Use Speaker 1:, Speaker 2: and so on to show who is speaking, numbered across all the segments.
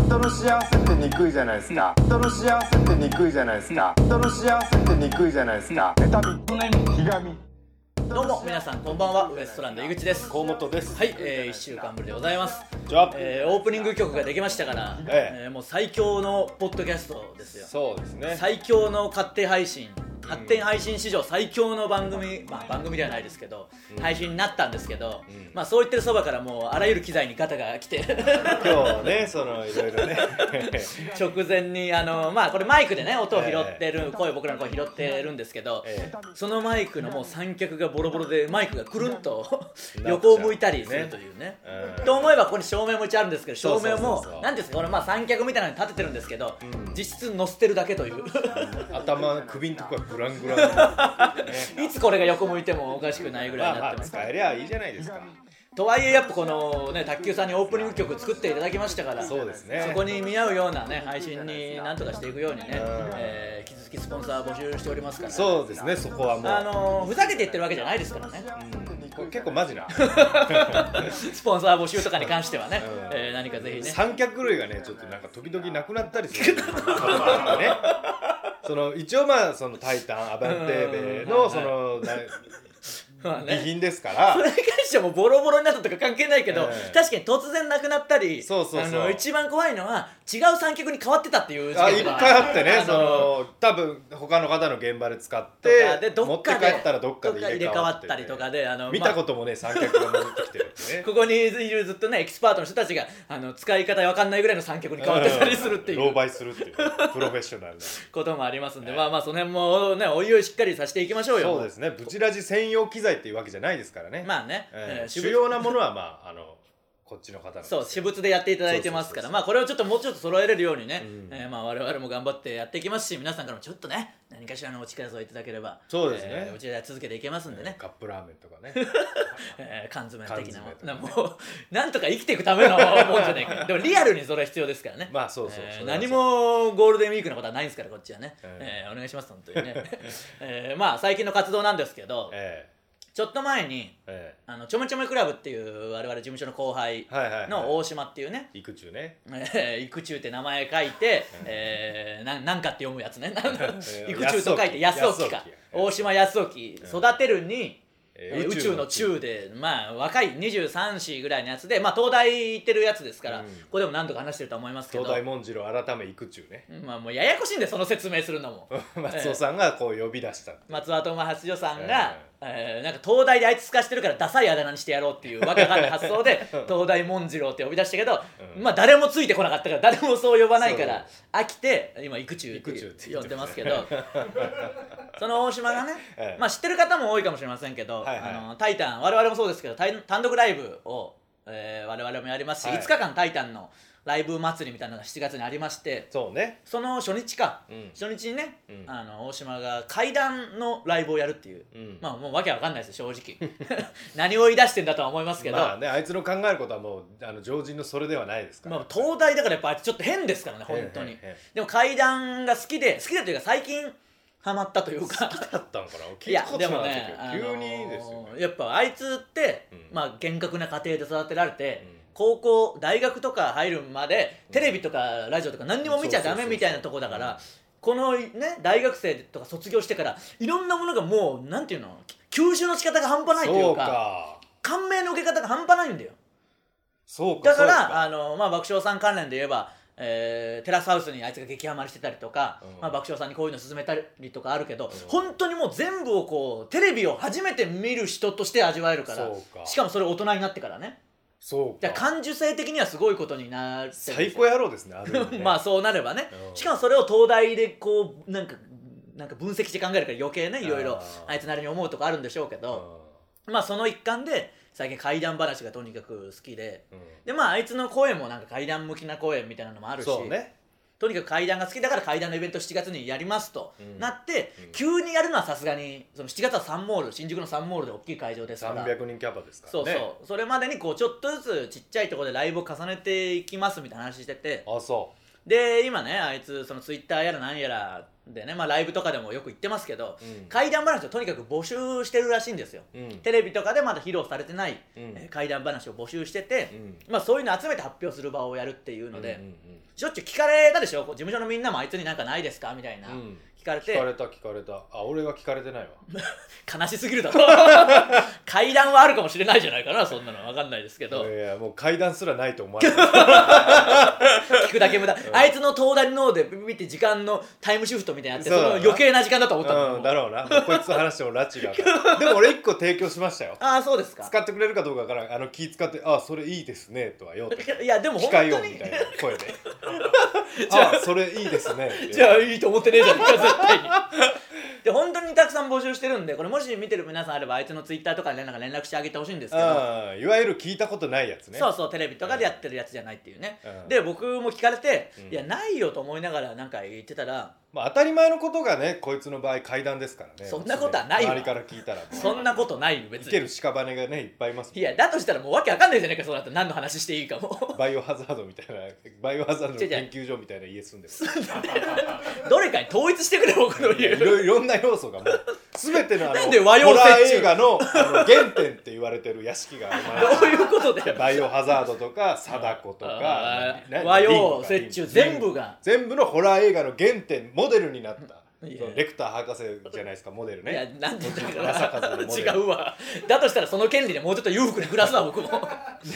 Speaker 1: 人の幸せってにくいじゃないですか人の幸せってにくいじゃないですか人の幸せってにくいじゃないですか妬みひがみ
Speaker 2: どうも皆さんこんばんはウエストランド井口です
Speaker 3: 河本です
Speaker 2: はい、えー、1週間ぶりでございます、
Speaker 3: ジョブ
Speaker 2: えー、オープニング曲ができましたから、
Speaker 3: え
Speaker 2: えーもう最強のポッドキャストですよ
Speaker 3: そうですね
Speaker 2: 最強の勝手配信発展配信史上最強の番組、まあ、番組ではないですけど、配信になったんですけど、まあ、そう言ってるそばからもうあらゆる機材にガタが来て
Speaker 3: 今日ねそのいろいろね
Speaker 2: 直前にあの、まあ、これマイクでね音を拾ってる、声僕らの声拾ってるんですけど、
Speaker 3: え
Speaker 2: そのマイクのもう三脚がボロボロでマイクがくるんと
Speaker 3: うん
Speaker 2: 横を向いたりするというね。
Speaker 3: え
Speaker 2: と思えばここに照明も一応あるんですけど照明
Speaker 3: そうそう
Speaker 2: も
Speaker 3: そうそう
Speaker 2: 何ですかこれまあ三脚みたいなのに立ててるんですけど実質乗せてるだけという
Speaker 3: うん頭首んとこはグラングラン
Speaker 2: いつこれが横向いてもおかしくないぐらい
Speaker 3: まあ
Speaker 2: に
Speaker 3: ま
Speaker 2: なっ
Speaker 3: あ
Speaker 2: てます
Speaker 3: 使えりゃいいじゃないですか
Speaker 2: とはいえやっぱこのね卓球さんにオープニング曲作っていただきましたから
Speaker 3: そうですね
Speaker 2: そこに見合うようなね配信になんとかしていくようにね、
Speaker 3: ん
Speaker 2: えー引き続きスポンサー募集しておりますから
Speaker 3: そうですねそこはもう、
Speaker 2: あのーふざけて言ってるわけじゃないですからね
Speaker 3: うんこれ結構マジな
Speaker 2: スポンサー募集とかに関してはね、
Speaker 3: うん
Speaker 2: えー何かぜひね
Speaker 3: 三脚類がねちょっとなんか時々なくなったりするねその一応まあその「タイタン」「アバンテーベ」
Speaker 2: うん
Speaker 3: のそのな
Speaker 2: まあ
Speaker 3: 備
Speaker 2: ね
Speaker 3: 品ですから
Speaker 2: それに関してはもうボロボロになったとか関係ないけど、
Speaker 3: ええ
Speaker 2: 確かに突然なくなったり
Speaker 3: そうそうそう
Speaker 2: あの一番怖いのは違う三脚に変わってたっていう事
Speaker 3: あい
Speaker 2: 件
Speaker 3: っ
Speaker 2: とか
Speaker 3: ぱいあってね
Speaker 2: あ
Speaker 3: その多分他の方の現場で使っ
Speaker 2: とかで
Speaker 3: て
Speaker 2: ど
Speaker 3: 持
Speaker 2: っ
Speaker 3: って
Speaker 2: か
Speaker 3: 帰
Speaker 2: で
Speaker 3: ったらどっかで入れ
Speaker 2: どっか入れ
Speaker 3: 替わって
Speaker 2: 替わったりとかであの
Speaker 3: 見たこともね三脚が戻ってきてるってね
Speaker 2: ここにいるずっとねエキスパートの人たちがあの使い方わかんないぐらいの三脚に変わってたりするってい
Speaker 3: うん
Speaker 2: う
Speaker 3: 狼狽するって いうプロフェッショナルな
Speaker 2: こともありますんで、まあまあその辺もねおいおいしっかりさせていきましょうよ
Speaker 3: そうですねブチラジ専用機材っていうわけじゃないですからね、
Speaker 2: まあね、
Speaker 3: えー
Speaker 2: えー
Speaker 3: 主要なものはまああのこっちの方の
Speaker 2: そう私物でやっていただいてますから
Speaker 3: そうそうそうそう
Speaker 2: まあこれをちょっともうちょっと揃えれるようにね、
Speaker 3: うん
Speaker 2: えーまあ我々も頑張ってやっていきますし皆さんからもちょっとね何かしらのお力添えいただければ
Speaker 3: そうですね
Speaker 2: えーうちで続けていけますんでね、
Speaker 3: カップラーメン とかね
Speaker 2: えー缶詰的なもんな
Speaker 3: 缶詰とかね
Speaker 2: もうなんとか生きていくためのもんじゃないかでもリアルにそれは必要ですからね
Speaker 3: まあそうそう、
Speaker 2: えー
Speaker 3: それは
Speaker 2: 何もゴールデンウィークのことはないんですからこっちはね、
Speaker 3: え
Speaker 2: えーお願いします本当にね、 えーまあ最近の活動なんですけど、
Speaker 3: え
Speaker 2: ちょっと前に
Speaker 3: ー、え
Speaker 2: あのちょめちょめクラブっていう我々事務所の後輩
Speaker 3: ー、はいはい、はい、
Speaker 2: の大島っていうね
Speaker 3: 育中ね
Speaker 2: えー育中って名前書いて、えー、なんなんかって読むやつね、なんだ
Speaker 3: ー
Speaker 2: 育中と書いて安
Speaker 3: 安
Speaker 2: 沖
Speaker 3: 沖
Speaker 2: か
Speaker 3: 安沖
Speaker 2: 大島安沖育てるに、
Speaker 3: え
Speaker 2: えー宇宙の
Speaker 3: 宇
Speaker 2: 中でまあ若い23歳ぐらいのやつでまあ東大行ってるやつですから、
Speaker 3: うん
Speaker 2: ここでも何度か話してると思いますけど
Speaker 3: 東大文次郎改め育中ね
Speaker 2: まあもうややこしいんでその説明するのも
Speaker 3: 松尾さんがこう呼び出した、
Speaker 2: 松尾智発女さんが、えーなんか東大であいつ透かしてるからダサいあだ名にしてやろうっていうわけわかんない発想で東大文次郎って呼び出したけど、
Speaker 3: うん
Speaker 2: まあ誰もついてこなかったから誰もそう呼ばないから飽きて今育中っ
Speaker 3: 育中ってて
Speaker 2: 呼
Speaker 3: 言
Speaker 2: ん
Speaker 3: って
Speaker 2: でま
Speaker 3: ますす
Speaker 2: け
Speaker 3: ね
Speaker 2: ど その大島がね、
Speaker 3: ええ
Speaker 2: まあ知ってる方も多いかもしれませんけど「
Speaker 3: はいはい
Speaker 2: あのタイタン」我々もそうですけどタイ単独ライブを、えー我々もやりますし、
Speaker 3: はい
Speaker 2: 5日間「タイタン」のライブ祭りみたいなのが7月にありまして
Speaker 3: そうね
Speaker 2: その初日か、
Speaker 3: うん
Speaker 2: 初日にね、
Speaker 3: うん
Speaker 2: あの大島が階段のライブをやるっていう、
Speaker 3: うん
Speaker 2: まあもうわけわかんないですよ正直 何を言い出してんだとは思いますけど、
Speaker 3: まあ
Speaker 2: ま
Speaker 3: ねあいつの考えることはもうあの常人のそれではないですから、
Speaker 2: あ、東大だからやっぱあいつちょっと変ですからね本当に、
Speaker 3: へえへえへ
Speaker 2: でも階段が好きで好きだというか最近ハマったというか
Speaker 3: だったのかな聞
Speaker 2: い
Speaker 3: いた
Speaker 2: や
Speaker 3: こと
Speaker 2: で
Speaker 3: なか
Speaker 2: も
Speaker 3: った
Speaker 2: ね、
Speaker 3: けど急
Speaker 2: あの
Speaker 3: に
Speaker 2: ー
Speaker 3: ですよ、ね
Speaker 2: やっぱあいつって、
Speaker 3: うん
Speaker 2: まあ厳格な家庭で育てられて、
Speaker 3: うん
Speaker 2: 高校大学とか入るまでテレビとかラジオとか何にも見ちゃダメみたいなとこだから、このね大学生とか卒業してからいろんなものがもうなんていうの吸収の仕方が半端ないとい
Speaker 3: そうう
Speaker 2: か
Speaker 3: か
Speaker 2: 感銘の受け方が半端ないんだよ
Speaker 3: そうか
Speaker 2: だから
Speaker 3: そう
Speaker 2: あの、まあ、爆笑さん関連で言えば、えーテラスハウスにあいつが激ハマりしてたりとか、
Speaker 3: うん
Speaker 2: まあ、爆笑さんにこういうの勧めたりとかあるけど、本当にもう全部をこうテレビを初めて見る人として味わえるから
Speaker 3: そうか
Speaker 2: しかもそれ大人になってからね
Speaker 3: そう
Speaker 2: だ
Speaker 3: か
Speaker 2: から感受性的にはすごいことになってるんですよ
Speaker 3: 最高野郎ですねある意味 ね
Speaker 2: まあそうなればね、
Speaker 3: うん
Speaker 2: しかもそれを東大でこうなんかなんか分析して考えるから余計ねいろいろ
Speaker 3: あー
Speaker 2: あいつなりに思うとこあるんでしょうけど、
Speaker 3: う
Speaker 2: まあその一環で最近怪談話がとにかく好きで。
Speaker 3: んうん
Speaker 2: でまああいつの声もなんか階段向きな声みたいなのもあるし、
Speaker 3: そうね
Speaker 2: とにかく階段が好きだから階段のイベント7月にやりますと、
Speaker 3: うん
Speaker 2: なって、
Speaker 3: うん
Speaker 2: 急にやるのはさすがにその7月はサンモール新宿のサンモールで大きい会場ですから。
Speaker 3: 300人キャパですから
Speaker 2: そうそう、
Speaker 3: ね
Speaker 2: それまでにこうちょっとずつちっちゃいところでライブを重ねていきますみたいな話してて
Speaker 3: あそ
Speaker 2: で今ねあいつそのツイッターやらなんやらでね、まあ、ライブとかでもよく言ってますけど、
Speaker 3: うん
Speaker 2: 怪談話をとにかく募集してるらしいんですよ、
Speaker 3: うん
Speaker 2: テレビとかでまだ披露されてない、
Speaker 3: うん
Speaker 2: えー怪談話を募集してて、
Speaker 3: うん
Speaker 2: まあ、そういうの集めて発表する場をやるっていうので、
Speaker 3: うんうんうん
Speaker 2: しょっちゅう聞かれたでしょこう事務所のみんなもあいつになんかないですかみたいな、
Speaker 3: うん
Speaker 2: 聞かれて
Speaker 3: 聞かれた聞かれたあ俺が聞かれてないわ
Speaker 2: 悲しすぎるだろ 階段はあるかもしれないじゃないかなそんなの分かんないですけど
Speaker 3: いやいやもう階段すらないと思 われてる
Speaker 2: 聞くだけ無駄あいつの東大脳でビビって時間のタイムシフトみたいになってそ
Speaker 3: そうだ
Speaker 2: の
Speaker 3: な
Speaker 2: 余計な時間だと思ったの、
Speaker 3: うんだろうなもうこいつと話しても拉致が明か ないでも俺一個提供しましたよ
Speaker 2: ああそうですか
Speaker 3: 使ってくれるかどうかわからんあの気使って「あそれいいですね」とは言おうと
Speaker 2: いやでも
Speaker 3: 機
Speaker 2: 本
Speaker 3: 械
Speaker 2: 当
Speaker 3: 音み
Speaker 2: に
Speaker 3: たいな声で「あそれいいですね」って
Speaker 2: じゃあいいと思ってねえじゃんか絶対にで本当にたくさん募集してるんでこれもし見てる皆さんあればあいつのツイッターとかになんか連絡してあげてほしいんですけど
Speaker 3: あーいわゆる聞いたことないやつね
Speaker 2: そうそうテレビとかでやってるやつじゃないっていうね、
Speaker 3: うん
Speaker 2: で僕も聞かれて、
Speaker 3: うん
Speaker 2: いやないよと思いながらなんか言ってたら、
Speaker 3: まあ、当たり前のことがねこいつの場合階段ですからね
Speaker 2: そんなことはないわ
Speaker 3: 周りから聞いたらもう
Speaker 2: そんなことないよ別
Speaker 3: 生
Speaker 2: に
Speaker 3: ける屍がねいっぱいいますもん
Speaker 2: いやだとしたらもうわけわかんないじゃないかそうなったら何の話していいかも
Speaker 3: バイオハザードみたいなバイオハザードの
Speaker 2: 違う違
Speaker 3: 研
Speaker 2: う
Speaker 3: 究所みたいな家住んでます
Speaker 2: どれかに統一してくれ僕の
Speaker 3: いや
Speaker 2: 言
Speaker 3: いろ
Speaker 2: う
Speaker 3: いろんな要素がもう全てのあの
Speaker 2: なんで和洋折衷
Speaker 3: ホラー映画のあの原点って言われてる屋敷 が生
Speaker 2: どう
Speaker 3: まれ
Speaker 2: い
Speaker 3: て
Speaker 2: うことだよ
Speaker 3: バイオハザードとか貞子とか
Speaker 2: あー
Speaker 3: な
Speaker 2: 和洋
Speaker 3: リングとか
Speaker 2: 折衷
Speaker 3: リング
Speaker 2: 全部が
Speaker 3: 全部のホラー映画の原点モデルになった
Speaker 2: いや
Speaker 3: そのレクター博士じゃないですかモデル
Speaker 2: いや
Speaker 3: ね
Speaker 2: なんて言った
Speaker 3: 正和
Speaker 2: か
Speaker 3: の
Speaker 2: な
Speaker 3: モデ
Speaker 2: 違
Speaker 3: ル
Speaker 2: うわだとしたらその権利でもうちょっと裕福に暮らすわ僕 も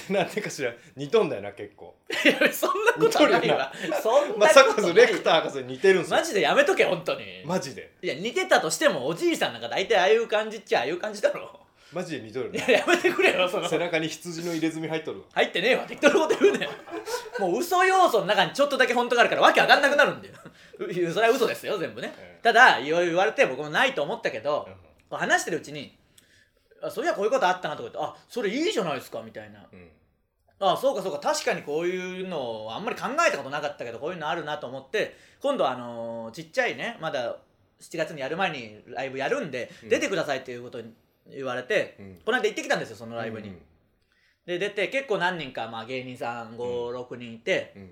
Speaker 3: なんでかしら似とんだよな結 構
Speaker 2: いやそんなことないわそんな
Speaker 3: まさか
Speaker 2: ことな
Speaker 3: ずレ
Speaker 2: い
Speaker 3: クター博士に似てるんすよ
Speaker 2: マジでやめとけ本当に
Speaker 3: マジで
Speaker 2: いや似てたとしてもおじいさんなんか大体ああいう感じっちゃああいう感じだろ
Speaker 3: マジで似とる
Speaker 2: い
Speaker 3: ね
Speaker 2: ややめてくれよその
Speaker 3: 背中に羊の入れ墨入っとるわ
Speaker 2: 入ってねえわ適当なこと言うね もう嘘要素の中にちょっとだけ本当があるからわけわかんなくなるんだよ うそれは嘘ですよ全部ね、
Speaker 3: ええ
Speaker 2: ただいろいろ言われて僕もないと思ったけど
Speaker 3: うん、
Speaker 2: こう話してるうちにあそういやこういうことあったなとか言ってあそれいいじゃないですかみたいな
Speaker 3: うん
Speaker 2: あそうかそうか確かにこういうのをあんまり考えたことなかったけどこういうのあるなと思って今度はあのーちっちゃいねまだ7月にやる前にライブやるんで、
Speaker 3: うん
Speaker 2: 出てくださいっていうことに言われて、
Speaker 3: うん
Speaker 2: この間行ってきたんですよそのライブに、
Speaker 3: うん
Speaker 2: で出て結構何人か、まあ、芸人さん56人いて、
Speaker 3: うん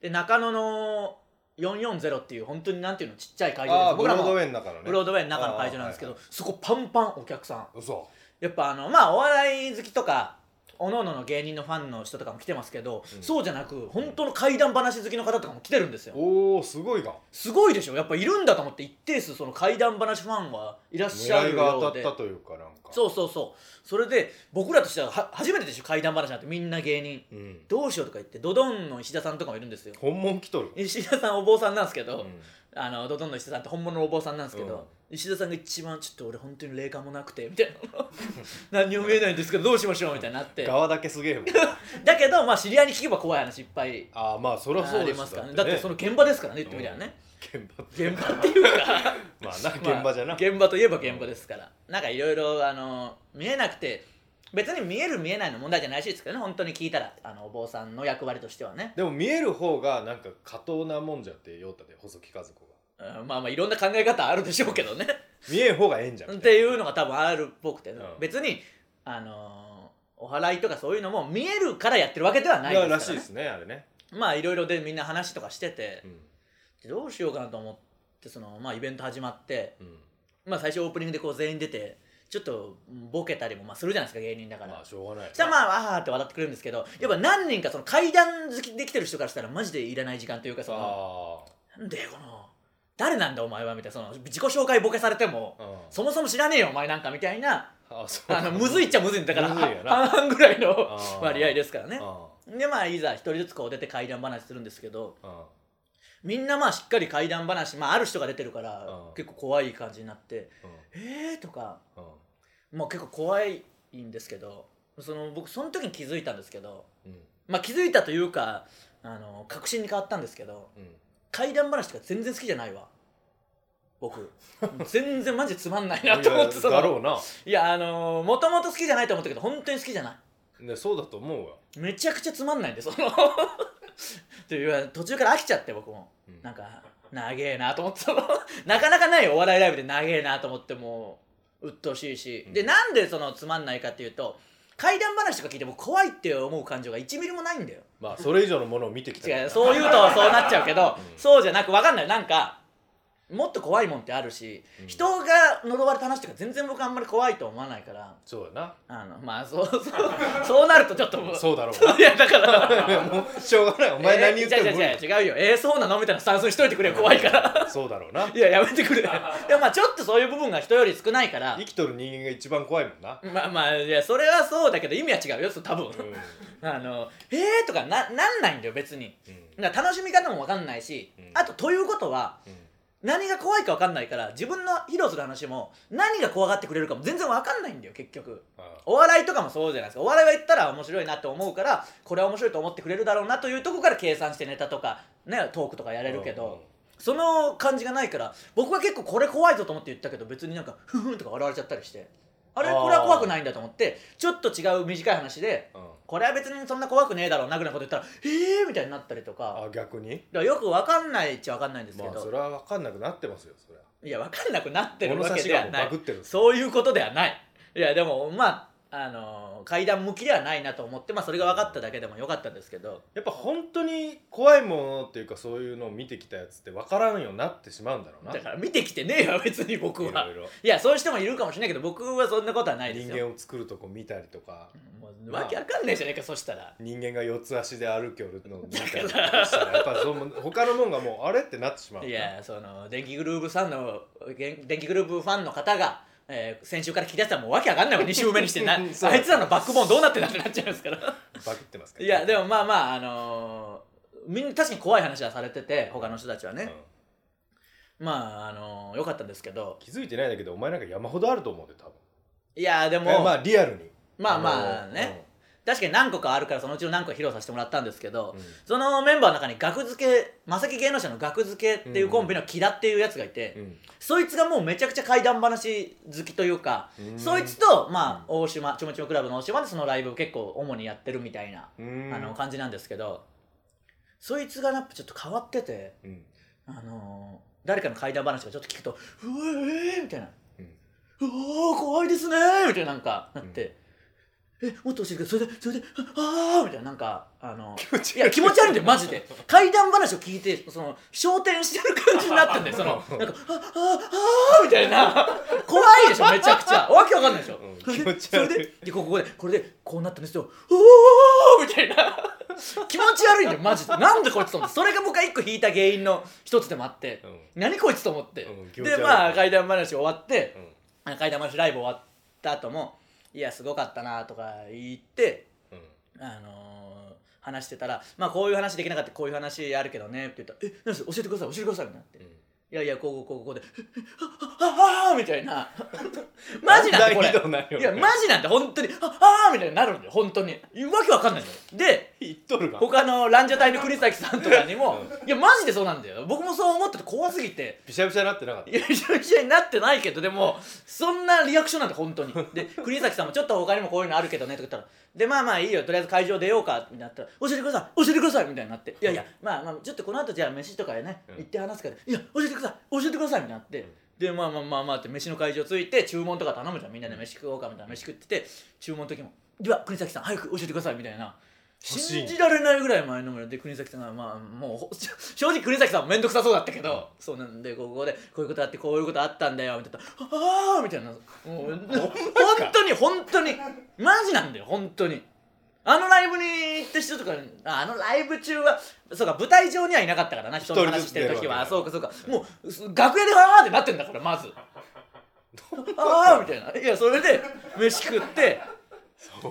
Speaker 2: で中野の440っていう本当になんていうのちっちゃい会
Speaker 3: あ
Speaker 2: 場で
Speaker 3: あブ
Speaker 2: 僕
Speaker 3: ロ
Speaker 2: ら
Speaker 3: ードウ
Speaker 2: も
Speaker 3: ェイの中のね
Speaker 2: ブロードウェイの中の会場なんですけど、
Speaker 3: あ
Speaker 2: そこパンパンお客さん
Speaker 3: あはいはい嘘
Speaker 2: やっぱあのまあお笑い好きとかおののの芸人のファンの人とかも来てますけど、
Speaker 3: うん
Speaker 2: そうじゃなく本当の怪談話好きの方とかも来てるんですよ
Speaker 3: おおすごいな
Speaker 2: すごいでしょやっぱいるんだと思って一定数その怪談話ファンはいらっしゃ
Speaker 3: 狙
Speaker 2: る
Speaker 3: いが
Speaker 2: よ
Speaker 3: 当
Speaker 2: う
Speaker 3: たっ
Speaker 2: で
Speaker 3: たというかなんか
Speaker 2: そうそうそうそれで僕らとしてはは初めてでしょ怪談話なんてみんな芸人
Speaker 3: うん
Speaker 2: どうしようとか言ってドドンの石田さんとかもいるんですよ
Speaker 3: 本物来とる
Speaker 2: 石田さんお坊さんなんですけど、
Speaker 3: うん
Speaker 2: あのドドンの石田さんって本物のお坊さんなんですけど、石田さんが一番ちょっと俺本当に霊感もなくてみたいな 何にも見えないんですけどどうしましょうみたいになって
Speaker 3: 側だけす げえもん
Speaker 2: だけどまあ知り合いに聞けば怖い話いっぱい
Speaker 3: ああまあそりゃそ
Speaker 2: あ
Speaker 3: う
Speaker 2: り
Speaker 3: です
Speaker 2: ますからねだってその現場ですからね言ってみりゃね、
Speaker 3: 現場って
Speaker 2: 現場っていうか
Speaker 3: まあな
Speaker 2: まあ
Speaker 3: 現場じゃな
Speaker 2: 現場といえば現場ですからなんかいろいろあの見えなくて別に見える見えないの問題じゃないらしいですけどね本当に聞いたらあのお坊さんの役割としてはね、
Speaker 3: でも見える方がなんか過当なもんじゃって言おうたで細木和子が
Speaker 2: うんまあまあいろんな考え方あるでしょうけどね
Speaker 3: 見えん方がええんじゃん
Speaker 2: っ
Speaker 3: み
Speaker 2: て
Speaker 3: たい
Speaker 2: いうのが多分あるっぽくて、
Speaker 3: ん
Speaker 2: 別にあのーお祓いとかそういうのも見えるからやってるわけではない
Speaker 3: な
Speaker 2: です
Speaker 3: い
Speaker 2: か
Speaker 3: や
Speaker 2: ら,、
Speaker 3: らしいですねあれね
Speaker 2: まあいろいろでみんな話とかしてて
Speaker 3: う、ん
Speaker 2: どうしようかなと思ってその、まあ、イベント始まって、
Speaker 3: うん
Speaker 2: まあ、最初オープニングでこう全員出てちょっとうんボケたりもまあするじゃないですか芸人だから。
Speaker 3: まあしょうがない
Speaker 2: したらまああーって笑ってくれるんですけどやっぱ何人かその階段好きできてる人からしたらマジでいらない時間というかその
Speaker 3: あ
Speaker 2: なんでこの誰なんだお前はみたいなその自己紹介ボケされても
Speaker 3: あうん
Speaker 2: そもそも知らねえよお前なんかみたいな
Speaker 3: あそう
Speaker 2: あのむずいっちゃむずいんだから
Speaker 3: むずいよな
Speaker 2: 半々ぐらいの
Speaker 3: あー
Speaker 2: 割合ですからね
Speaker 3: あ
Speaker 2: でまあいざ一人ずつこう出て怪談話するんですけど
Speaker 3: ああ
Speaker 2: みんなまあしっかり怪談話、まあ、ある人が出てるから
Speaker 3: うん
Speaker 2: 結構怖い感じになって
Speaker 3: あ
Speaker 2: 「えー」とか
Speaker 3: うんうん
Speaker 2: もう結構怖いんですけどその僕その時に気づいたんですけど、
Speaker 3: うん
Speaker 2: まあ、気づいたというかあの確信に変わったんですけど
Speaker 3: うん
Speaker 2: 怪談話とか全然好きじゃないわ 僕全然マジでつまんないなと思ってその
Speaker 3: だろうな
Speaker 2: ういやあのもともと好きじゃないと思ったけど本当に好きじゃない
Speaker 3: ねそうだと思うよ
Speaker 2: めちゃくちゃつまんないんでそのというか途中から飽きちゃって僕も
Speaker 3: うん
Speaker 2: なんか長えなと思ってそのなかなかないお笑いライブで長えなと思ってもう鬱陶しいし、
Speaker 3: うん
Speaker 2: でなんでそのつまんないかっていうと怪談話とか聞いても怖いって思う感情が1ミリもないんだよ
Speaker 3: まあそれ以上のものを見てきたから
Speaker 2: 違うそう言うとそうなっちゃうけど、そうじゃなく分かんないなんかもっと怖いもんってあるし、人が呪われた話とか全然僕あんまり怖いと思わないから
Speaker 3: そうだ
Speaker 2: あのまあそうそうそうなるとちょっと
Speaker 3: なそうだろう
Speaker 2: いやだから
Speaker 3: なもうしょうがないお前何言っても無理
Speaker 2: えー違う違う違う違うよええそうなのみたいなスタンスにしといてくれよ怖いから
Speaker 3: そうだろうない
Speaker 2: ややめてくれいやまあちょっとそういう部分が人より少ないから
Speaker 3: 生きとる人間が一番怖いもんな
Speaker 2: まあまあいやそれはそうだけど意味は違うよそう多分、
Speaker 3: うん
Speaker 2: あのえーとかななんないんだよ別に
Speaker 3: うん
Speaker 2: だから楽しみ方も分かんないし、
Speaker 3: うん
Speaker 2: あとということは何が怖いか分かんないから自分の披露する話も何が怖がってくれるかも全然分かんないんだよ結局
Speaker 3: ああ
Speaker 2: お笑いとかもそうじゃないですかお笑いは言ったら面白いなって思うからこれは面白いと思ってくれるだろうなというとこから計算してネタとか、ね、トークとかやれるけど、その感じがないから僕は結構これ怖いぞと思って言ったけど別になんかふふんとか笑われちゃったりしてあれ
Speaker 3: あー
Speaker 2: これは怖くないんだと思ってちょっと違う短い話で
Speaker 3: うんうん
Speaker 2: これは別にそんな怖くねえだろうなぐらいのこと言ったらええー、みたいになったりとか
Speaker 3: あ逆に
Speaker 2: だからよく分かんないっちゃ分かんないんですけ
Speaker 3: まあそ
Speaker 2: ど、
Speaker 3: れは分かんなくなってますよそれはい
Speaker 2: や分かんなくなってる
Speaker 3: 物
Speaker 2: わ
Speaker 3: 差
Speaker 2: け
Speaker 3: し
Speaker 2: で
Speaker 3: が
Speaker 2: は
Speaker 3: もう
Speaker 2: な
Speaker 3: バ
Speaker 2: い
Speaker 3: グってる
Speaker 2: そういうことではないいやでもまああのー階段向きではないなと思って、まあ、それが分かっただけでもよかったんですけど
Speaker 3: やっぱ本当に怖いものっていうかそういうのを見てきたやつって分からんようになってしまうんだろうな
Speaker 2: だから見てきてねえわ別に僕
Speaker 3: い
Speaker 2: は
Speaker 3: ろいろ
Speaker 2: いやそういう人もいるかもしれないけど僕はそんなことはないです
Speaker 3: 人
Speaker 2: よ
Speaker 3: 間を作るとこ見たりとか
Speaker 2: もうわけわかんないじゃねえかそしたら
Speaker 3: 人間が四つ足で歩きょるのを見たりとかしたらやっぱそう他のもんがもうあれってなってしまうない
Speaker 2: やその電気グルーヴさんのげん電気グルーヴファンの方が、えー先週から聞き出したらもうわけわかんないもん2週目にしてな
Speaker 3: そう
Speaker 2: あいつらのバックボーンどうなってんだってなっちゃいますから
Speaker 3: バグってますから
Speaker 2: いやで
Speaker 3: も、
Speaker 2: もまあまああのーみんな確かに怖い話はされてて他の人たちは
Speaker 3: うん
Speaker 2: ね、まああのー、よかったんですけど
Speaker 3: 気づいてないんだけどお前なんか山ほどあると思うで多分
Speaker 2: いやで
Speaker 3: え
Speaker 2: も、
Speaker 3: ま
Speaker 2: まあ、
Speaker 3: あリアルに
Speaker 2: まあね、、確かに何個かあるからそのうちの何個は披露させてもらったんですけど、そのメンバーの中に額付け正木芸能者の額付けっていうコンビの木田っていうやつがいて、
Speaker 3: うんうん
Speaker 2: そいつがもうめちゃくちゃ怪談話好きというか、
Speaker 3: うん
Speaker 2: そいつと、まあ、大島ちょもちょもクラブの大島でそのライブを結構主にやってるみたいな、
Speaker 3: うん
Speaker 2: あの感じなんですけどそいつがやっぱちょっと変わってて、
Speaker 3: うん
Speaker 2: あのー誰かの怪談話がちょっと聞くと「うえー」みたいな「
Speaker 3: うん
Speaker 2: うおー怖いですね」みたいななんかなって。えもっと教えてくれそれでそれで「ああ」みたいななんかあの気持ちいや気持ち悪いんだよマジで怪談話を聞いてその焦点してる感じになってんだ よそのなんか「ああああ」みたいな怖いでしょめちゃくちゃわけわかんないでしょ、
Speaker 3: うん
Speaker 2: それ
Speaker 3: 気持
Speaker 2: で
Speaker 3: ち悪い
Speaker 2: それででここでこれでこうなったんですよ「おお!」みたいな気持ち悪いんだよマジでなんでこいつと思ってそれが僕が一個引いた原因の一つでもあって、
Speaker 3: うん
Speaker 2: 何こいつと思って、
Speaker 3: うん気持ち
Speaker 2: で
Speaker 3: 悪い
Speaker 2: まあ怪談話終わって
Speaker 3: う、ん
Speaker 2: あ怪談話ライブ終わった後も「いやすごかったな」とか言って
Speaker 3: うん
Speaker 2: あのー話してたら「まあこういう話できなかったこういう話あるけどね」って言ったら「え何です教えてください教えてください」みたいになって。
Speaker 3: うん
Speaker 2: いやいや、こうこうこうこうで、ああああみたい な。マジなんだこれ。
Speaker 3: だんだんひどくなるよ
Speaker 2: いや、マジなんだ、本当に、ああみたいになるんだよ、本当に。わけわかんないんだよ。で、
Speaker 3: 言っとるが
Speaker 2: 他のランジャタイの国崎さんとかにも、いや、マジでそうなんだよ。僕もそう思ってて怖すぎて。
Speaker 3: びしゃびしゃになってなかった
Speaker 2: いや、一緒一緒になってないけど、でも、そんなリアクションなんだ、本当に。で、国崎さんも、ちょっと他にもこういうのあるけどね、とか言ったら、で、まあまあいいよ、とりあえず会場出ようか、みたいになったら、教えてください、教えてください、みたいになって、いやいや、まあまあ、ちょっとこの後じゃあ飯とかでね
Speaker 3: うん、
Speaker 2: 行って話すから、いや、教えてください、教えてください、みたいになって、で、まあまあまあまあって、飯の会場ついて、注文とか頼むじゃん、みんなで飯食おうか、みたいな飯食ってて、注文の時も、では、国崎さん、早く教えてください、みたいな。
Speaker 3: 欲しい
Speaker 2: 信じられないぐらい前のめりで国崎さんがまあもう ほ正直国崎さんも面倒くさそうだったけどそうなんでここでこういうことあってこういうことあったんだよみたいなああみたいなもう本当に本当にマジなんだよ本当にあのライブに行った人とかああのライブ中はそうか舞台上にはいなかったからな人の話してる時は
Speaker 3: 一
Speaker 2: そ
Speaker 3: 人
Speaker 2: うかそうかもうす楽屋でああってなってんだからまずああみたいないやそれで飯食って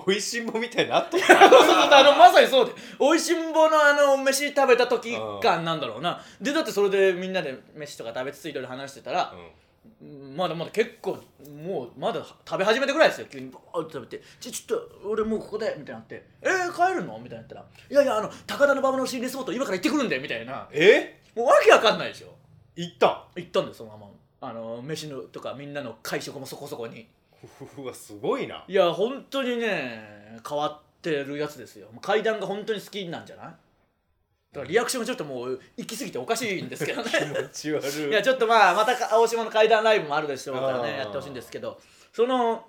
Speaker 3: 美味しんぼみたいになっとっ
Speaker 2: そ
Speaker 3: た
Speaker 2: う そうそうあのまさにそうでおいしんぼのあの飯食べた時感なんだろうなでだってそれでみんなで飯とか食べつついろいろ話してたら、まだまだ結構もうまだ食べ始めてぐらいですよ急にバーッと食べて「ちょちょっと俺もうここで」みたいになって「えー、帰るの?」みたいになったら「いやいやあの高田の馬場の心霊スポット今から行ってくるんで」みたいな
Speaker 3: え
Speaker 2: もうわけわかんないでしょ
Speaker 3: 行った
Speaker 2: 行ったんですそのままあの飯のとかみんなの会食もそこそこに
Speaker 3: うわすごいない
Speaker 2: や本当にね変わってるやつですよもう階段が本当に好きなんじゃないだからリアクションがちょっともう行き過ぎておかしいんですけ どね
Speaker 3: 気持ち悪い
Speaker 2: いやちょっとまあまたか青島の階段ライブもあるでしょうから
Speaker 3: あー
Speaker 2: ねやってほしいんですけどその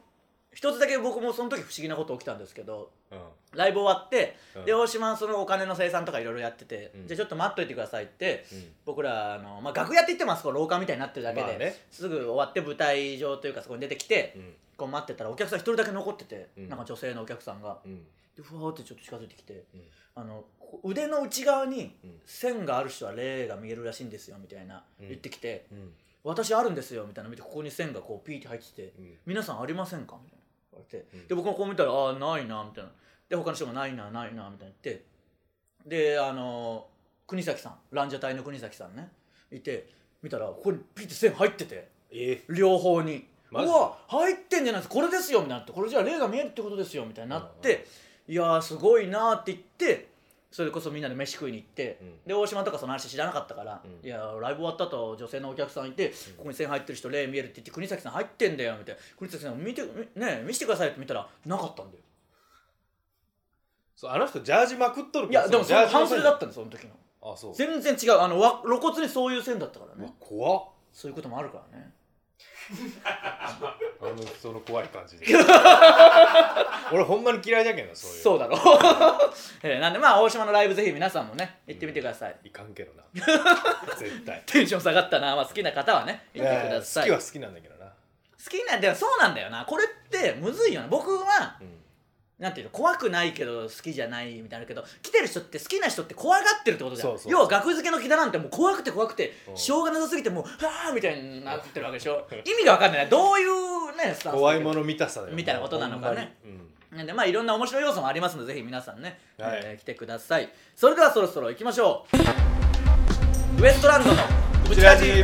Speaker 2: 一つだけ僕もその時不思議なこと起きたんですけど
Speaker 3: うん
Speaker 2: ライブ終わって、
Speaker 3: うん
Speaker 2: で大島はそのお金の生産とかいろいろやってて、
Speaker 3: うん
Speaker 2: じゃあちょっと待っといてくださいって
Speaker 3: うん
Speaker 2: 僕らあの、まあ、楽屋って言ってもあそこ廊下みたいになってるだけで、
Speaker 3: まあね
Speaker 2: すぐ終わって舞台上というかそこに出てきて、
Speaker 3: うん
Speaker 2: こう待ってたらお客さん一人だけ残ってて、
Speaker 3: うん
Speaker 2: なんか女性のお客さんが
Speaker 3: うん
Speaker 2: でふわーってちょっと近づいてきて
Speaker 3: うん
Speaker 2: あのこう腕の内側に
Speaker 3: うん
Speaker 2: 線がある人は霊が見えるらしいんですよみたいな、
Speaker 3: うん
Speaker 2: 言ってきて
Speaker 3: うん
Speaker 2: 私あるんですよみたいなの見てここに線がこうピーって入ってて、
Speaker 3: うん
Speaker 2: 皆さんありませんかみたいな言われて、
Speaker 3: うん
Speaker 2: で僕もこう見たら「ああないな」みたいなで他の人も「ないなないな」みたいな言ってであのー国崎さんランジャタイの国崎さんねいて見たらここにピッて線入ってて
Speaker 3: え
Speaker 2: 両方に「う
Speaker 3: マジ
Speaker 2: わ入ってんじゃないですかこれですよ」みたいになって「これじゃあ霊が見えるってことですよ」みたいになって「いやーすごいな」って言ってそれこそみんなで飯食いに行って、
Speaker 3: うん
Speaker 2: で大島とかその話知らなかったから「
Speaker 3: うん
Speaker 2: いやーライブ終わったと女性のお客さんいて、ここに線入ってる人霊見えるって言って国崎さん入ってんだよ」みたいな「国崎さん見てみね見せてください」って見たらなかったんだよ
Speaker 3: そうあの人ジャージまくっとる
Speaker 2: い
Speaker 3: から
Speaker 2: やでも
Speaker 3: ジ
Speaker 2: そ
Speaker 3: ャー
Speaker 2: の
Speaker 3: ジの
Speaker 2: 半袖だったんですその時の
Speaker 3: あそう
Speaker 2: 全然違うあのわ露骨にそういう線だったから
Speaker 3: うわ
Speaker 2: ね
Speaker 3: 怖っ
Speaker 2: そういうこともあるからね
Speaker 3: あのその怖い感 じで俺ほんまに嫌いだけどなそういう
Speaker 2: そうだろう、 えーなんでまあ大島のライブぜひ皆さんもね行ってみてください、
Speaker 3: いかんけ どな絶対
Speaker 2: テンション下がったな、まあ、好きな方はね行ってください、
Speaker 3: 好きは好きなんだけどな
Speaker 2: 好きなんだよそうなんだよなこれってむずいよな僕は
Speaker 3: うん
Speaker 2: なんていうの怖くないけど好きじゃないみたいなのあるけど来てる人って好きな人って怖がってるってことじゃん
Speaker 3: そうそうそう
Speaker 2: 要は額付けの木田なんてもう怖くて怖くて
Speaker 3: うん
Speaker 2: しょうがなさすぎてもうはあみたいになってるわけでしょ意味が分かんないどういうねスタンス
Speaker 3: 怖いもの見たさだよ
Speaker 2: みたいなことなのかね
Speaker 3: ほんまにうん
Speaker 2: なんでまあいろんな面白い要素もありますのでぜひ皆さんね、
Speaker 3: はい
Speaker 2: えー来てくださいそれではそろそろ行きましょうウエストランドのブチラジ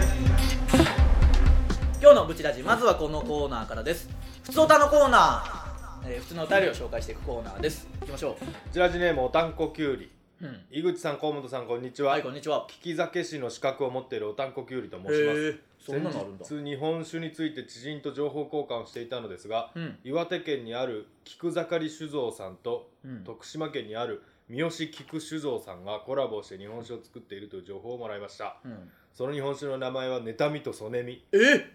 Speaker 2: 今日のブチラジまずはこのコーナーからです普通歌のコーナー、えー普通の歌りを紹介していくコーナーです行きましょ
Speaker 3: ブチラジネームおたんこきゅうり
Speaker 2: う、うん、
Speaker 3: 井口さん河本さんこんにちは、
Speaker 2: はいこんにちは
Speaker 3: 利き酒師の資格を持っているおたんこきゅうりと申します、
Speaker 2: へえそんなのあるんだ
Speaker 3: 先日日本酒について知人と情報交換をしていたのですが、
Speaker 2: うん
Speaker 3: 岩手県にある菊盛り酒造さんと、
Speaker 2: うん
Speaker 3: 徳島県にある三好菊酒造さんがコラボをして日本酒を作っているという情報をもらいました
Speaker 2: うん、
Speaker 3: その日本酒の名前は妬みとそねみ
Speaker 2: え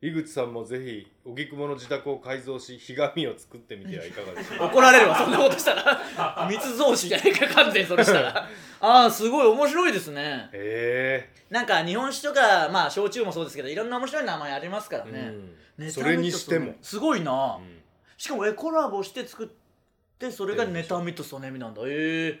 Speaker 3: 井口さんもぜひ荻窪の自宅を改造しひがみを作ってみてはいかがで しょうか
Speaker 2: 怒られるわそんなことしたら 密造酒じゃないか完全にそれした らああすごい面白いですね
Speaker 3: へ
Speaker 2: なんか日本酒とかまあ焼酎もそうですけどいろんな面白い名前ありますから
Speaker 3: え
Speaker 2: ね、
Speaker 3: うん、
Speaker 2: ネタ
Speaker 3: そ
Speaker 2: ミと
Speaker 3: れにしても、
Speaker 2: すごいな、
Speaker 3: うん
Speaker 2: しかもえコラボして作ってそれがネタミとソネミなんだええ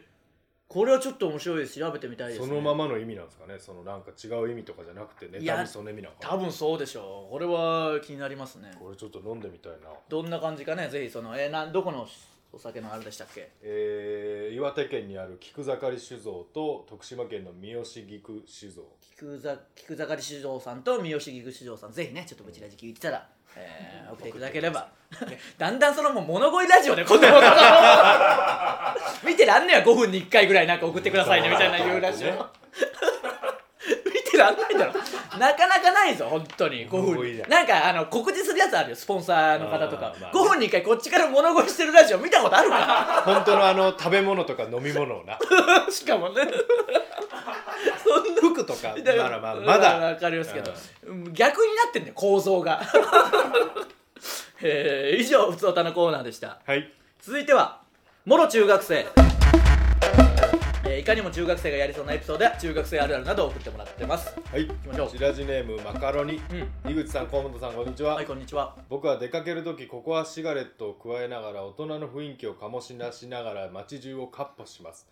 Speaker 2: これはちょっと面白いです調べてみたいです、
Speaker 3: そ
Speaker 2: ね、
Speaker 3: のままの意味なんですかねそのなんか違う意味とかじゃなくて
Speaker 2: い
Speaker 3: 妬
Speaker 2: や
Speaker 3: みそねみなんか
Speaker 2: 多分そうでしょうこれは気になりますね
Speaker 3: これちょっと飲んでみたいな
Speaker 2: どんな感じかねぜひそのえなんどこのお酒のあれでしたっけ
Speaker 3: えー、岩手県にある菊盛り酒造と徳島県の三好菊酒造
Speaker 2: 菊ざ菊盛り酒造さんと三好菊酒造さんぜひねちょっとブチラジ聞いてたら、えー、送っていただければ だんだんそのもう物乞いラジオでこんなこと 見てらんねや5分に1回ぐらいなんか送ってくださいねみたいな言うラ ジオ見てらんないだろなかなかないぞ本当に5
Speaker 3: 物乞い
Speaker 2: 分
Speaker 3: だ
Speaker 2: なんかあの告知するやつあるよスポンサーの方とか
Speaker 3: あ、ーまあね
Speaker 2: 5分に1回こっちから物乞いしてるラジオ見たことある か
Speaker 3: 本当のあの食べ物とか飲み物 をな
Speaker 2: しかもねそんな
Speaker 3: 服とかなら まあま
Speaker 2: まあわ
Speaker 3: だ
Speaker 2: かりますけど、逆になってんだよ構造が えー以上ふつおたのコーナーでした
Speaker 3: はい
Speaker 2: 続いてはもろ中学生、えーいかにも中学生がやりそうなエピソードや中学生あるあるなどを送ってもらってます
Speaker 3: はい
Speaker 2: きましょう
Speaker 3: 白地ネームマカロニ、
Speaker 2: う
Speaker 3: 井口さん河本さんこんにちは、
Speaker 2: はいこんにちは
Speaker 3: 僕は出かける時ここはシガレットを加えながら大人の雰囲気を醸し出しながら街中をかっ歩し ます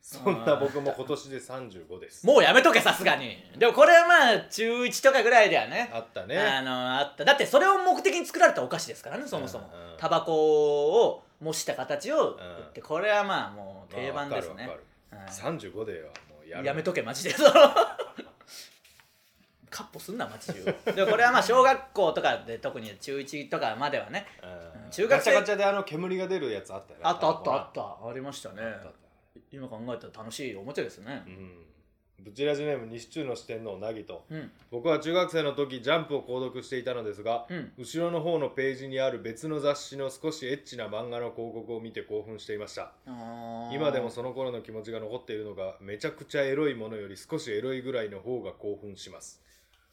Speaker 3: そんな僕も今年で35で す
Speaker 2: もうやめとけさすがにでもこれはまあ中1とかぐらいだよね
Speaker 3: あった
Speaker 2: あ
Speaker 3: ね
Speaker 2: のあっただってそれを目的に作られたお菓子ですからねそもそも、
Speaker 3: うんうん
Speaker 2: タバコを模した形を売って、これはまあもう
Speaker 3: まあ
Speaker 2: 定番ですね、
Speaker 3: わかる
Speaker 2: は
Speaker 3: わ
Speaker 2: い
Speaker 3: かる35ではもうや
Speaker 2: や
Speaker 3: る
Speaker 2: めとけマジでそ のカッポすんな街中でもこれはまあ小学校とかで特に中1とかまではね
Speaker 3: うん
Speaker 2: 中学生
Speaker 3: ガチャガチャであの煙が出るやつあったよね
Speaker 2: あったあったあったありましたね
Speaker 3: あったあっ
Speaker 2: 今考えたら楽しいおもちゃですね
Speaker 3: たうんブチラジネーム西中の四天王なぎと
Speaker 2: うん
Speaker 3: 僕は中学生の時ジャンプを購読していたのですが、
Speaker 2: うん
Speaker 3: 後ろの方のページにある別の雑誌の少しエッチな漫画の広告を見て興奮していました
Speaker 2: あー
Speaker 3: 今でもその頃の気持ちが残っているのがめちゃくちゃエロいものより少しエロいぐらいの方が興奮します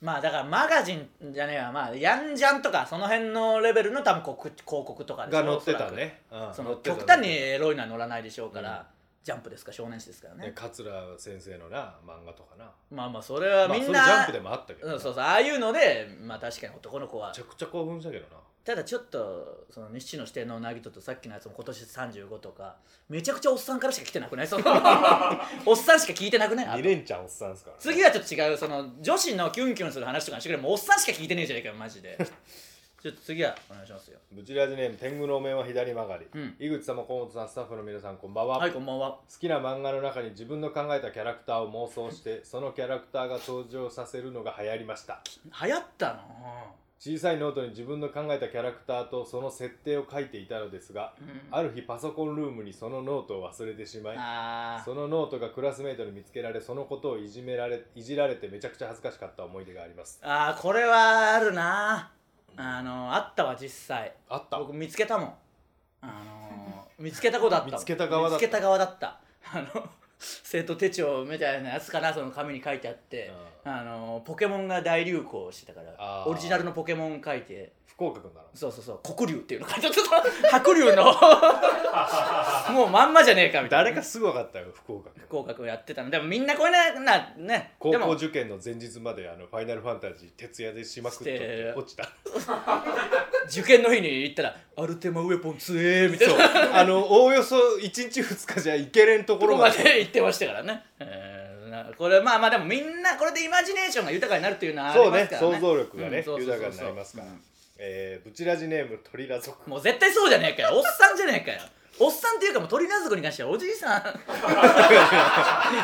Speaker 2: まあだからマガジンじゃねえわまあヤンジャンとかその辺のレベルの多分こう広告とかでしょ
Speaker 3: が載って
Speaker 2: お
Speaker 3: た
Speaker 2: そらく
Speaker 3: ね、うん
Speaker 2: そ
Speaker 3: 載
Speaker 2: の
Speaker 3: ってた
Speaker 2: 極端にエロいのは載らないでしょうから、
Speaker 3: うん
Speaker 2: ジャンプですか少年誌ですからね
Speaker 3: ね桂先生のな漫画とかな
Speaker 2: まあまあそれは
Speaker 3: まあ
Speaker 2: みん
Speaker 3: それ
Speaker 2: な、
Speaker 3: ジャンプでもあったけど
Speaker 2: う、
Speaker 3: なん
Speaker 2: そうそうああいうのでまあ確かに男の子は
Speaker 3: めちゃくちゃ興奮したけどな
Speaker 2: ただちょっとその西の四天王なぎととさっきのやつも今年35とかめちゃくちゃおっさんからしか来てなくないそのおっさんしか聞いてなくないあ
Speaker 3: 2連チャンおっさんですからね、
Speaker 2: 次はちょっと違うその女子のキュンキュンする話とかにしてくれもうおっさんしか聞いてねえじゃねえかよマジでちょっと次はお願いしますよ
Speaker 3: ブチラジネーム天狗のお面は左曲がり、
Speaker 2: うん
Speaker 3: 井口様河本さんスタッフの皆さんこんばんは、
Speaker 2: はいこんばんは
Speaker 3: 好きな漫画の中に自分の考えたキャラクターを妄想してそのキャラクターが登場させるのが流行りました
Speaker 2: 流行ったの
Speaker 3: 小さいノートに自分の考えたキャラクターとその設定を書いていたのですが
Speaker 2: うん
Speaker 3: ある日パソコンルームにそのノートを忘れてしまい
Speaker 2: あー
Speaker 3: そのノートがクラスメートに見つけられそのことをいじめられいじられてめちゃくちゃ恥ずかしかった思い出があります
Speaker 2: あーこれはあるなあのあったわ実際
Speaker 3: あった
Speaker 2: 僕見つけたもんあのー見つけたことあったもん
Speaker 3: 見つけた側だった
Speaker 2: 見つけた側だったあの生徒手帳みたいなやつかなその紙に書いてあって、あのーポケモンが大流行してたから
Speaker 3: あー
Speaker 2: オリジナルのポケモン書いて
Speaker 3: 福岡君だろ
Speaker 2: そうそうそう黒龍っていうの書いてあ った白龍のもうまんまじゃねえかみたいな
Speaker 3: 誰かすごかったよ福岡君
Speaker 2: 合格やってたのでもみんなこれななね
Speaker 3: 高
Speaker 2: でも
Speaker 3: 校受験の前日まであのファイナルファンタジー徹夜でしまくっと
Speaker 2: し
Speaker 3: っ
Speaker 2: て
Speaker 3: て落ちた
Speaker 2: 受験の日に行ったら「アルテマウェポン強え」みたい
Speaker 3: そ
Speaker 2: な
Speaker 3: うあのおおよそ1日2日じゃいけれん
Speaker 2: と
Speaker 3: とこ
Speaker 2: こ
Speaker 3: ろ
Speaker 2: ろま
Speaker 3: まで
Speaker 2: で行ってましたからね、えーなこれまあまあでもみんなこれでイマジネーションが豊かになるっていうのはあ
Speaker 3: そ
Speaker 2: り
Speaker 3: う
Speaker 2: ま
Speaker 3: ね
Speaker 2: すからね
Speaker 3: 想像力がね、
Speaker 2: うんそうそうそう
Speaker 3: 豊
Speaker 2: そう
Speaker 3: かになりますから、
Speaker 2: うん
Speaker 3: えー、ブチラジネーム鳥ラ族
Speaker 2: もう絶対そうじゃねえかよおっさんじゃねえかよおっさんっていうかもう鳥なずこに関してはおじい さんに
Speaker 3: い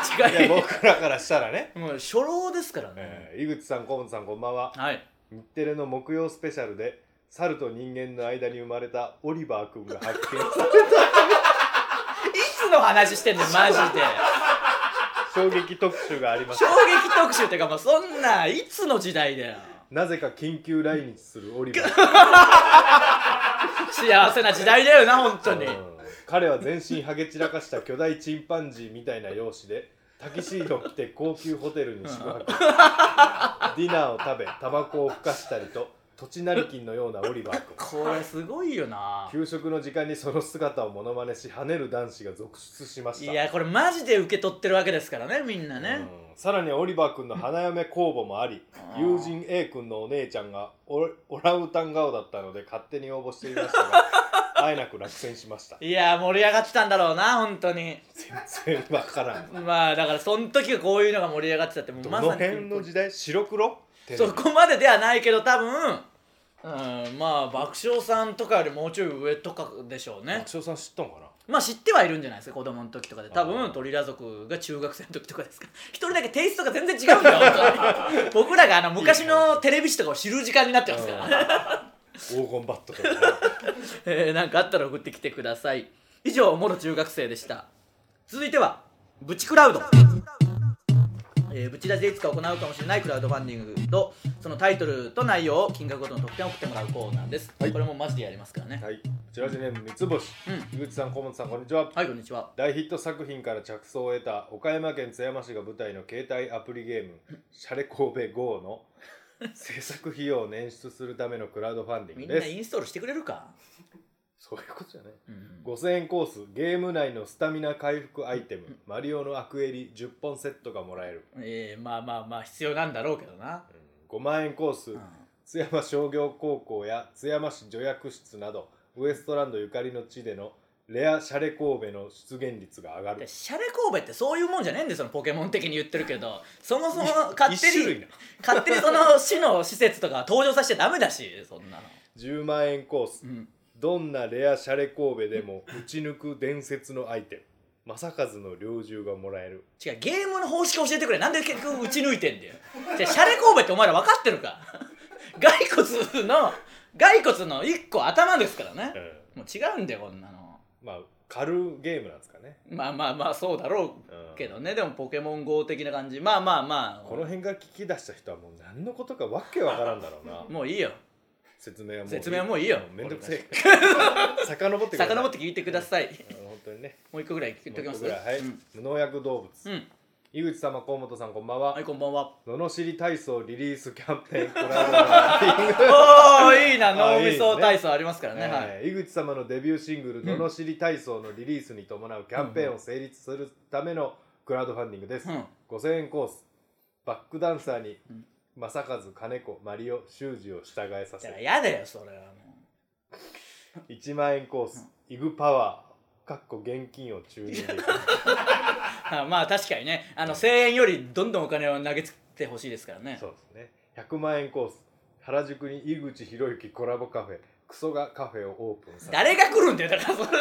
Speaker 2: 近
Speaker 3: や
Speaker 2: い
Speaker 3: 僕らからしたらね、
Speaker 2: もう初老ですからね、
Speaker 3: えー井口さん河本さんこんばんは
Speaker 2: はい
Speaker 3: 日テレの木曜スペシャルで猿と人間の間に生まれたオリバー君が発見され
Speaker 2: いつの話してんねんマジで
Speaker 3: 衝撃特集がありまし
Speaker 2: 衝
Speaker 3: た
Speaker 2: 撃特集っていうかもうそんないつの時代だよ
Speaker 3: なぜか緊急来日するオリバー
Speaker 2: 幸せな時代だよな本当に
Speaker 3: うん彼は全身ハゲ散らかした巨大チンパンジーみたいな容姿でタキシードを着て高級ホテルに宿泊ディナーを食べタバコをふかしたりと土地成金のようなオリバー君
Speaker 2: これすごいよな
Speaker 3: 給食の時間にその姿をモノマネし跳ねる男子が続出しま
Speaker 2: い
Speaker 3: した
Speaker 2: やこれマジで受け取ってるわけですからねみんなね、
Speaker 3: うんさらにオリバー君の花嫁公募もあり
Speaker 2: あー
Speaker 3: 友人 A 君のお姉ちゃんがオオランウータン顔だったので勝手に応募していましたが会えなく落選しま した
Speaker 2: いや盛り上がってたんだろうな本当に
Speaker 3: 全然わからん
Speaker 2: まあだからその時がこういうのが盛り上がってたってもう
Speaker 3: ど
Speaker 2: ま
Speaker 3: の
Speaker 2: さ
Speaker 3: 辺
Speaker 2: に
Speaker 3: の時代白黒テレビ
Speaker 2: そこまでではないけど多分うん、まあ爆笑さんとかよりもうちょい上とかでしょうね
Speaker 3: 松尾さん知ったんかな
Speaker 2: まあ知ってはいるんじゃないですか子供の時とかで多
Speaker 3: あ
Speaker 2: 分
Speaker 3: ー
Speaker 2: トリラ族が中学生の時とかですか一人だけテイストが全然違うんだよ本 当に僕らがあの昔のテレビ誌とかを知る時間になってますから
Speaker 3: 黄金バットとかな
Speaker 2: えー、 なんかあったら送ってきてください以上おもろ中学生でした続いてはブチクラウドえー、ブチラジでいつか行うかもしれないクラウドファンディングとそのタイトルと内容を金額ごとの特典を送ってもらうコーナーです、
Speaker 3: はい
Speaker 2: これもマジでやりますからね
Speaker 3: はいこちらでね三つ星、井口さん河本さんこんにちは
Speaker 2: はいこんにちは
Speaker 3: 大ヒット作品から着想を得た岡山県津山市が舞台の携帯アプリゲーム「シャレ神戸 GO」の 制作費用を捻出するためのクラウドファンディ
Speaker 2: み
Speaker 3: ン
Speaker 2: ん
Speaker 3: グ
Speaker 2: な
Speaker 3: です
Speaker 2: インストールしてくれるか、
Speaker 3: そういうことじゃない
Speaker 2: うん、
Speaker 3: 5000円コースゲーム内のスタミナ回復アイテム、マリオのアクエリ10本セットがもらえる、
Speaker 2: えー、まあまあまあ必要なんだろうけどな、
Speaker 3: 5万円コース、
Speaker 2: うん
Speaker 3: 津山商業高校や津山市助役室などウエストランドゆかりの地でのレアシャレ神戸の出現率が上が
Speaker 2: で
Speaker 3: る
Speaker 2: シャレ神戸ってそういうもんじゃねえんですよポケモン的に言ってるけどそもそも勝手
Speaker 3: 一種
Speaker 2: に
Speaker 3: 類な
Speaker 2: 勝手にその市の施設とか登場させちゃダメだしそんなの
Speaker 3: 10万円コース、
Speaker 2: うん
Speaker 3: どんなレアシャレ神戸でも打ち抜く伝説のアイテム正和の猟銃がもらえる
Speaker 2: 違うゲームの方式教えてくれなんで結局打ち抜いてんだよじゃあシャレ神戸ってお前ら分かってるか 骸骨の骸骨の1個頭ですからねもう違うんだよこんなの
Speaker 3: まあ軽ゲームなんですかね
Speaker 2: まあまあまあそうだろうけどねでもポケモン GO 的な感じまあまあまあ
Speaker 3: この辺が聞き出した人はもう何のことかわけわからんだろうな
Speaker 2: もういいよ
Speaker 3: 説明はもう
Speaker 2: 説明はもういいよ
Speaker 3: めんどくせえ 遡ってく ださい
Speaker 2: 遡って聞いてください
Speaker 3: あの本当にね
Speaker 2: もう1個ぐらい聞いときます
Speaker 3: 僕らはい、
Speaker 2: うん
Speaker 3: 無農薬動物、
Speaker 2: うん
Speaker 3: 井口様河本さんこんばんは、
Speaker 2: はいこんばん は
Speaker 3: ののしり体操リリースキャンペ ーンコラボライティング
Speaker 2: おーいいな
Speaker 3: あ
Speaker 2: 脳
Speaker 3: いいで
Speaker 2: み
Speaker 3: すね
Speaker 2: そ体操ありますからねはい
Speaker 3: えー井口様のデビューシングル「ののしり体操」のリリースに伴うキャンペーンを成立するためのクラウドファンディングです、
Speaker 2: うん
Speaker 3: 5000円コースバックダンサーに
Speaker 2: ん
Speaker 3: 正和金子マリオ修二を従えさ
Speaker 2: じゃあ
Speaker 3: せ
Speaker 2: 嫌だよそれはも
Speaker 3: 1万円コースイグパワーかっこ現金を注入できる
Speaker 2: うあまあ確かにねあの1000円よりどんどんお金を投げつけてほしいですからね
Speaker 3: そうですね100万円コース原宿に井口博之コラボカフェクソがカフェをオープンさせ
Speaker 2: 誰が来るんだよだからそれ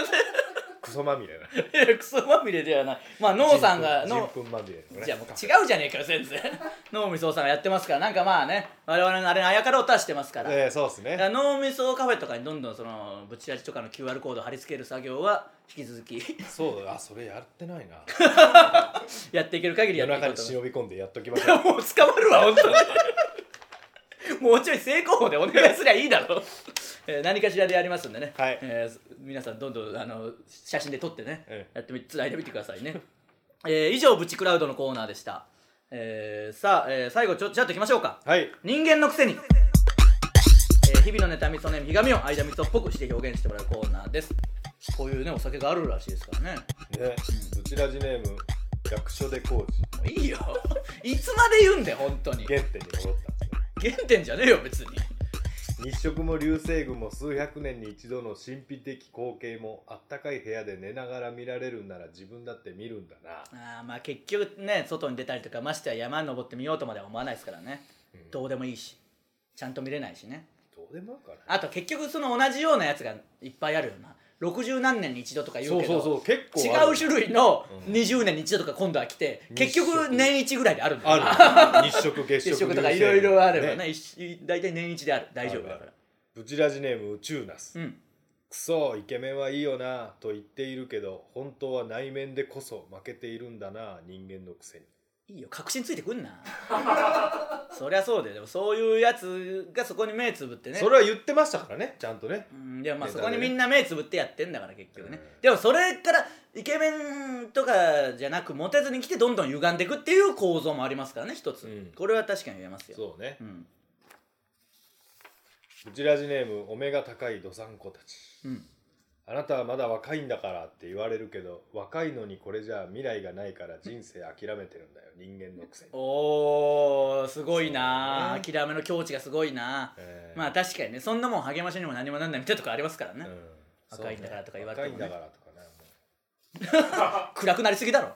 Speaker 3: クソまみれな
Speaker 2: でい やクソまみれではないまあ脳さんが
Speaker 3: 人
Speaker 2: 脳
Speaker 3: 糞まみれのね
Speaker 2: じゃあもう違うじゃねえかよ先 生脳みそさんがやってますからなんかまあね我々のあれにあやかろうとはしてますから、
Speaker 3: えーそうですね
Speaker 2: だから脳みそカフェとかにどんどんそのブチラジとかの QR コード貼り付ける作業は引き続き
Speaker 3: そうだあそれやってないな
Speaker 2: やっていける限りや
Speaker 3: 夜
Speaker 2: っていこ
Speaker 3: 中
Speaker 2: う
Speaker 3: に
Speaker 2: と
Speaker 3: 忍び込んでやっときましょう
Speaker 2: 思うもう捕まるわ本当にもうちょい正攻法でお願いすりゃいいだろう、えー何かしらでやりますんでね、
Speaker 3: はい
Speaker 2: えー皆さんどんどんあの写真で撮ってね、
Speaker 3: え
Speaker 2: やってみつないでみてくださいね、えー以上ブチクラウドのコーナーでした、えーさあ、えー最後ちょちゃっといきましょうか
Speaker 3: はい
Speaker 2: 人間のくせに、えー日々の妬みそねみひがみを間みそっぽくして表現してもらうコーナーですこういうねお酒があるらしいですからね
Speaker 3: ねブチラジネーム役所で工事
Speaker 2: もういいよいつまで言うんだよ本当に
Speaker 3: 原点に戻ったんですね
Speaker 2: 原点じゃねえよ別に
Speaker 3: 日食も流星群も数百年に一度の神秘的光景もあったかい部屋で寝ながら見られるんなら自分だって見るんだな
Speaker 2: あーまあ結局ね外に出たりとかましては山登ってみようとまでは思わないですからね、どうでもいいしちゃんと見れないしね
Speaker 3: どうでもよくはない
Speaker 2: あと結局その同じようなやつがいっぱいあるよな60何年に一度とか言うけど
Speaker 3: そうそうそう結構
Speaker 2: 違
Speaker 3: ある
Speaker 2: う種類の
Speaker 3: うん
Speaker 2: 20年に一度とか今度は来て、
Speaker 3: 日
Speaker 2: 結
Speaker 3: 食
Speaker 2: 局年一ぐらいであるんだよな
Speaker 3: ある日食月
Speaker 2: 接
Speaker 3: 食
Speaker 2: 触とか
Speaker 3: 流
Speaker 2: い
Speaker 3: 星
Speaker 2: ろ
Speaker 3: 群
Speaker 2: いろあればね一大体年一である大丈夫だ
Speaker 3: あ
Speaker 2: から
Speaker 3: るあるブチラジネーム宇宙ナス、
Speaker 2: うん
Speaker 3: クソイケメンはいいよなと言っているけど本当は内面でこそ負けているんだな人間のくせに
Speaker 2: いいよ確信ついてくんなそりゃそうだよでもそういうやつがそこに目つぶってね
Speaker 3: それは言ってましたからねちゃんとね
Speaker 2: うんでもまあ
Speaker 3: ネ
Speaker 2: そ
Speaker 3: タで
Speaker 2: こにみんな目つぶってやってんだから結局ね、
Speaker 3: うん
Speaker 2: でもそれからイケメンとかじゃなくモテずに来てどんどん歪んでいくっていう構造もありますからね一つ、
Speaker 3: うん
Speaker 2: これは確かに言えますよ
Speaker 3: そうね
Speaker 2: ん
Speaker 3: うちラジネームお目が高いどさんこたち
Speaker 2: うん
Speaker 3: あなたはまだ若いんだからって言われるけど若いのにこれじゃ未来がないから人生諦めてるんだよ人間のくせに、
Speaker 2: おーすごいな、
Speaker 3: そう
Speaker 2: 諦めの境地がすごいな、
Speaker 3: えー
Speaker 2: まあ確かにねそんなもん励ましにも何もなんないみたいなとこありますからね、
Speaker 3: うん
Speaker 2: 若いんだからとか言われて
Speaker 3: そう
Speaker 2: も
Speaker 3: ね
Speaker 2: ね
Speaker 3: 若いんだからとかねも
Speaker 2: 暗くなりすぎだろ
Speaker 3: う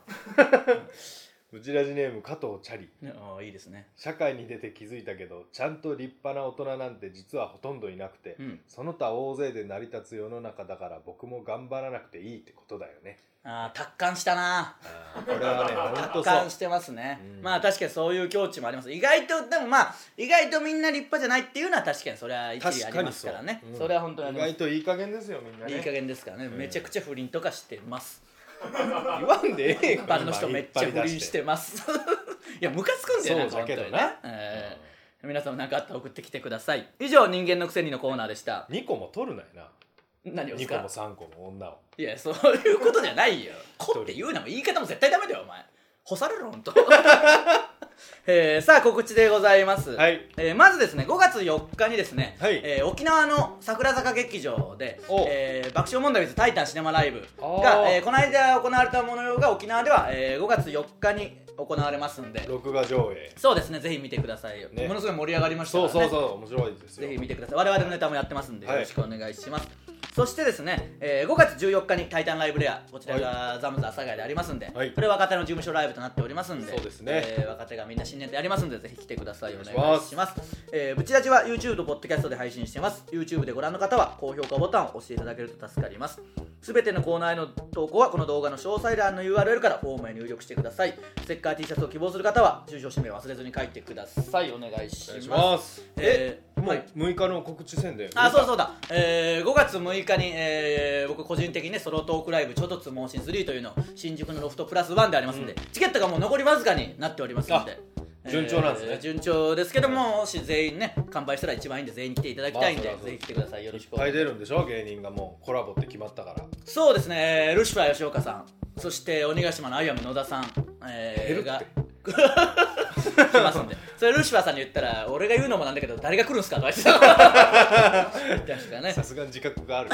Speaker 3: うちラジネーム加藤チャリ
Speaker 2: ねあーいいですね
Speaker 3: 社会に出て気づいたけどちゃんと立派な大人なんて実はほとんどいなくて、
Speaker 2: うん
Speaker 3: その他大勢で成り立つ世の中だから僕も頑張らなくていいってことだよね
Speaker 2: ああ達観したな
Speaker 3: あー これはね本当
Speaker 2: 達
Speaker 3: そ
Speaker 2: 観
Speaker 3: う
Speaker 2: してますね、
Speaker 3: うん
Speaker 2: まあ確かにそういう境地もあります意外とでもまあ意外とみんな立派じゃないっていうのは確かにそれは一理ありますからね
Speaker 3: 確
Speaker 2: そ,、
Speaker 3: にううん
Speaker 2: れは本当にあ
Speaker 3: 意
Speaker 2: ります
Speaker 3: 外といい加減ですよみんなね
Speaker 2: いい加減ですからね、めちゃくちゃ不倫とかしてます
Speaker 3: 言わんでええ
Speaker 2: 一般の人めっちゃ不倫してますいやムカつくんだよね
Speaker 3: そうだけどね
Speaker 2: 本当にねえー皆さんも何かあったら送ってきてください以上人間のくせにのコーナーでした
Speaker 3: 2個も取るなよな
Speaker 2: 何をです
Speaker 3: 2個
Speaker 2: か
Speaker 3: も3個も女を
Speaker 2: いやそういうことじゃない よ「こ」って言うのも言い方も絶対ダメだよお前干される 本当えー、さあ告知でございます、
Speaker 3: はい
Speaker 2: えーまずですね5月4日にですね、
Speaker 3: はい
Speaker 2: えー沖縄の桜坂劇場で
Speaker 3: お、
Speaker 2: えー爆笑問題 with タイタンシネマライブ
Speaker 3: あ
Speaker 2: が、
Speaker 3: ー
Speaker 2: えーこの間行われたものが沖縄では、えー5月4日に行われますんで
Speaker 3: 録画上映
Speaker 2: そうですねぜひ見てくださいよ、
Speaker 3: ね
Speaker 2: ものすごい盛り上がりましたか
Speaker 3: そ
Speaker 2: ら
Speaker 3: う
Speaker 2: ね
Speaker 3: そうそう面白いですよ
Speaker 2: ぜひ見てください我々のネタもやってますんで
Speaker 3: は
Speaker 2: よ
Speaker 3: い
Speaker 2: ろしくお願いします、そしてですね、えー5月14日に「タイタンライブレア」こちらがザムザ阿佐ヶ谷でありますんで、
Speaker 3: はい
Speaker 2: これ若手の事務所ライブとなっておりますんで
Speaker 3: そうですね
Speaker 2: えー若手がみんな新年でやりますんでぜひ来てくださいお願いし
Speaker 3: お願
Speaker 2: ま
Speaker 3: い
Speaker 2: す
Speaker 3: し
Speaker 2: えーブチラジは YouTube と Podcast で配信してます YouTube でご覧の方は高評価ボタンを押していただけると助かりますすべてのコーナーへの投稿はこの動画の詳細欄の URL からフォームへ入力してくださいステッカー T シャツを希望する方は住所氏名を忘れずに書いてくださいお願いし
Speaker 3: お願
Speaker 2: ま
Speaker 3: い
Speaker 2: す
Speaker 3: します
Speaker 2: え
Speaker 3: え
Speaker 2: ー
Speaker 3: も
Speaker 2: は
Speaker 3: う
Speaker 2: い
Speaker 3: 6日の告知宣伝
Speaker 2: あそうそううだ、えー5月6日に、えー僕個人的にねソロトークライブ「ちょっとつ盲信3」というのを新宿のロフトプラスワンでありますんで、チケットがもう残りわずかになっておりますので
Speaker 3: あ順調なんですね
Speaker 2: えー順調ですけどももし全員ね完売したら一番いいんで全員来ていただきたいんで、
Speaker 3: まあそうだ
Speaker 2: ぜひ来てくださいよろしくお願
Speaker 3: 大
Speaker 2: いします
Speaker 3: 出るんでしょ芸人がもうコラボって決まったから
Speaker 2: そうですねえールシファー吉岡さんそして鬼ヶ島のアイアム野田さん
Speaker 3: 減る
Speaker 2: え
Speaker 3: っ
Speaker 2: ー、
Speaker 3: て
Speaker 2: が来ますんでそれルシファーさんに言ったら俺が言うのもなんだけど誰が来るんすかとか言って た言ってましたからね
Speaker 3: さすがに自覚がある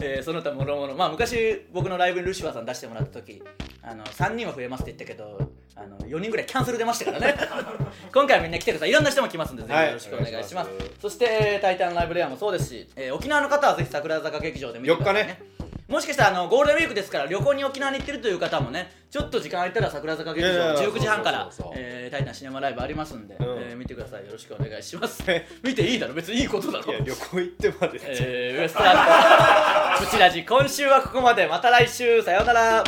Speaker 2: えーその他もろもろまあ昔僕のライブにルシファーさん出してもらった時あの3人は増えますって言ったけどあの4人ぐらいキャンセル出ましたから ね今回みんな来てくださいいろんな人も来ますんでぜひ
Speaker 3: はい
Speaker 2: よろしくお願いします,、
Speaker 3: お願いします
Speaker 2: そしてえー「タイタンライブレア」もそうですし、えー沖縄の方はぜひ桜坂劇場で見てくださいね
Speaker 3: 4日ね
Speaker 2: もしかしたらあのゴールデンウィークですから旅行に沖縄に行ってるという方もねちょっと時間空いたら桜坂劇
Speaker 3: いやい
Speaker 2: 場
Speaker 3: や
Speaker 2: 19時半から
Speaker 3: そうそうそうそう
Speaker 2: えータイタンシネマライブありますんで、
Speaker 3: うん
Speaker 2: えー見てくださいよろしくお願いします 見ていいだろ別にいいことだ
Speaker 3: い
Speaker 2: ろ
Speaker 3: や旅行行ってまで
Speaker 2: えー、ウエストランドブチラジ今週はここまでまた来週さようなら